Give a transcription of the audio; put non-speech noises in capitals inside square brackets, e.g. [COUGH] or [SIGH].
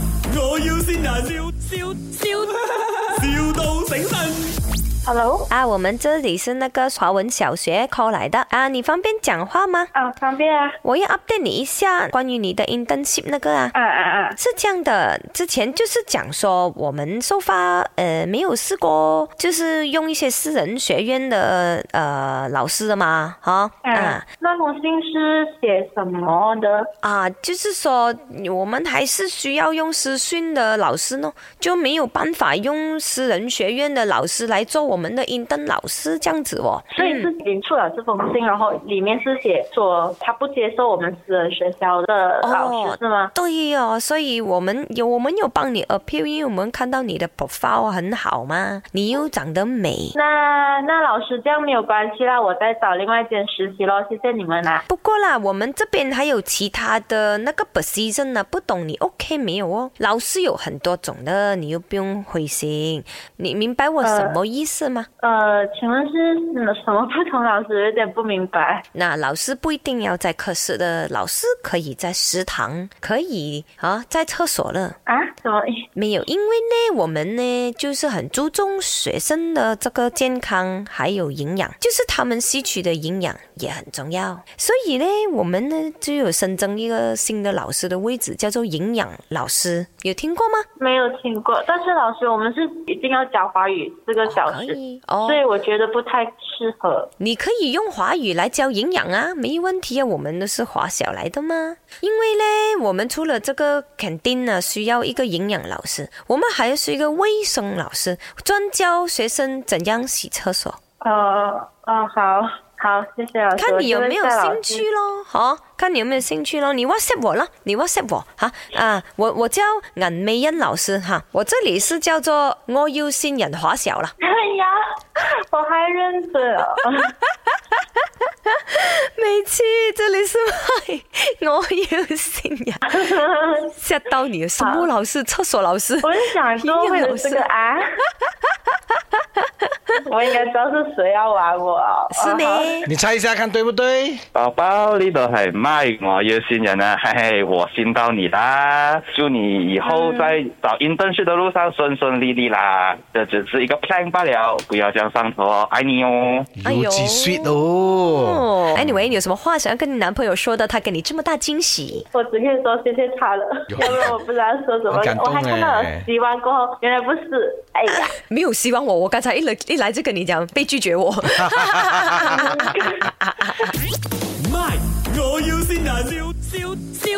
要先人，笑笑笑，,笑到醒神。 Hello，啊，我们这里是那个华文小学 call 来的啊，你方便讲话吗？啊，方便啊，我要 update 你一下关于你的 internship 那个啊。啊啊啊，是这样的，之前就是讲说我们收发呃没有试过，就是用一些私人学院的呃老师的嘛，哈嗯、啊那封信是写什么的？啊，就是说我们还是需要用师训的老师呢，就没有办法用私人学院的老师来做我们的 intern 老师这样子哦。所以是领出了这封信，然后里面是写说他不接受我们私人学校的老师、哦是吗？对哦，所以我们有我们有帮你 appeal，因为我们看到你的 profile 很好嘛，你又长得美。那那老师这样没有关系啦，我再找另外一间实习咯，谢谢你们啦。不过啦，我们这边还有其他的那个 position 啊呢，不懂你 OK 没有哦？老师有很多种的，你又不用灰心。你明白我什么意思吗？呃，请问是什么什么不同老师？有点不明白。那老师不一定要在课室的，老师可以在食堂，可以啊，在厕所了。啊？什么意 [LAUGHS] 思？没有，因为呢，我们呢就是很注重学生的这个健康还有营养，就是他们吸取的营养也很重要。所以呢，我们呢就有新增一个新的老师的位置，叫做营养老师，有听过吗？没有听过。但是老师，我们是一定要讲华语四个小可时，以哦所，以我觉得不太适合。你可以用华语来教营养啊，没问题啊，我们都是华小来的嘛。因为呢，我们除了这个肯定呢需要一个营养老师，我们还是一个卫生老师，专教学生怎样洗厕所。呃，哦，好，好，谢谢老师。看你有没有兴我就会趣咯，好，看你有没有兴趣咯。你 WhatsApp 我啦，你 WhatsApp 我哈啊，我我叫颜美欣老师哈，我这里是叫做我要新人华小啦。在老师。 [LAUGHS] 哎呀，我还认识哦。每次这里是我要新人，吓到你了，什么老师？厕所老师？我就想 [LAUGHS] 说，为了这个啊， [LAUGHS] 我应该知道是谁要玩我哦。是哦好咩？你猜一下看对不对？宝宝呢度系咪我要新人啊， [LAUGHS] 嘿嘿，我先到你啦，祝你以后在找 internship 的路上顺顺利利啦。这只是一个 plan 罢了，不要这样上头哦，爱你哦。哎呦有几 sweet 哦。哦，Anyway，你有什么话想要跟你男朋友说的？他给你这么大惊喜，我只可以说谢谢他了，有要不然我不知道说什么。很感动我还看到哎有希望过后，原来不是。哎呀，没有希望我。我刚才一来一来就跟你讲被拒绝我。 My，我要先人，笑笑笑，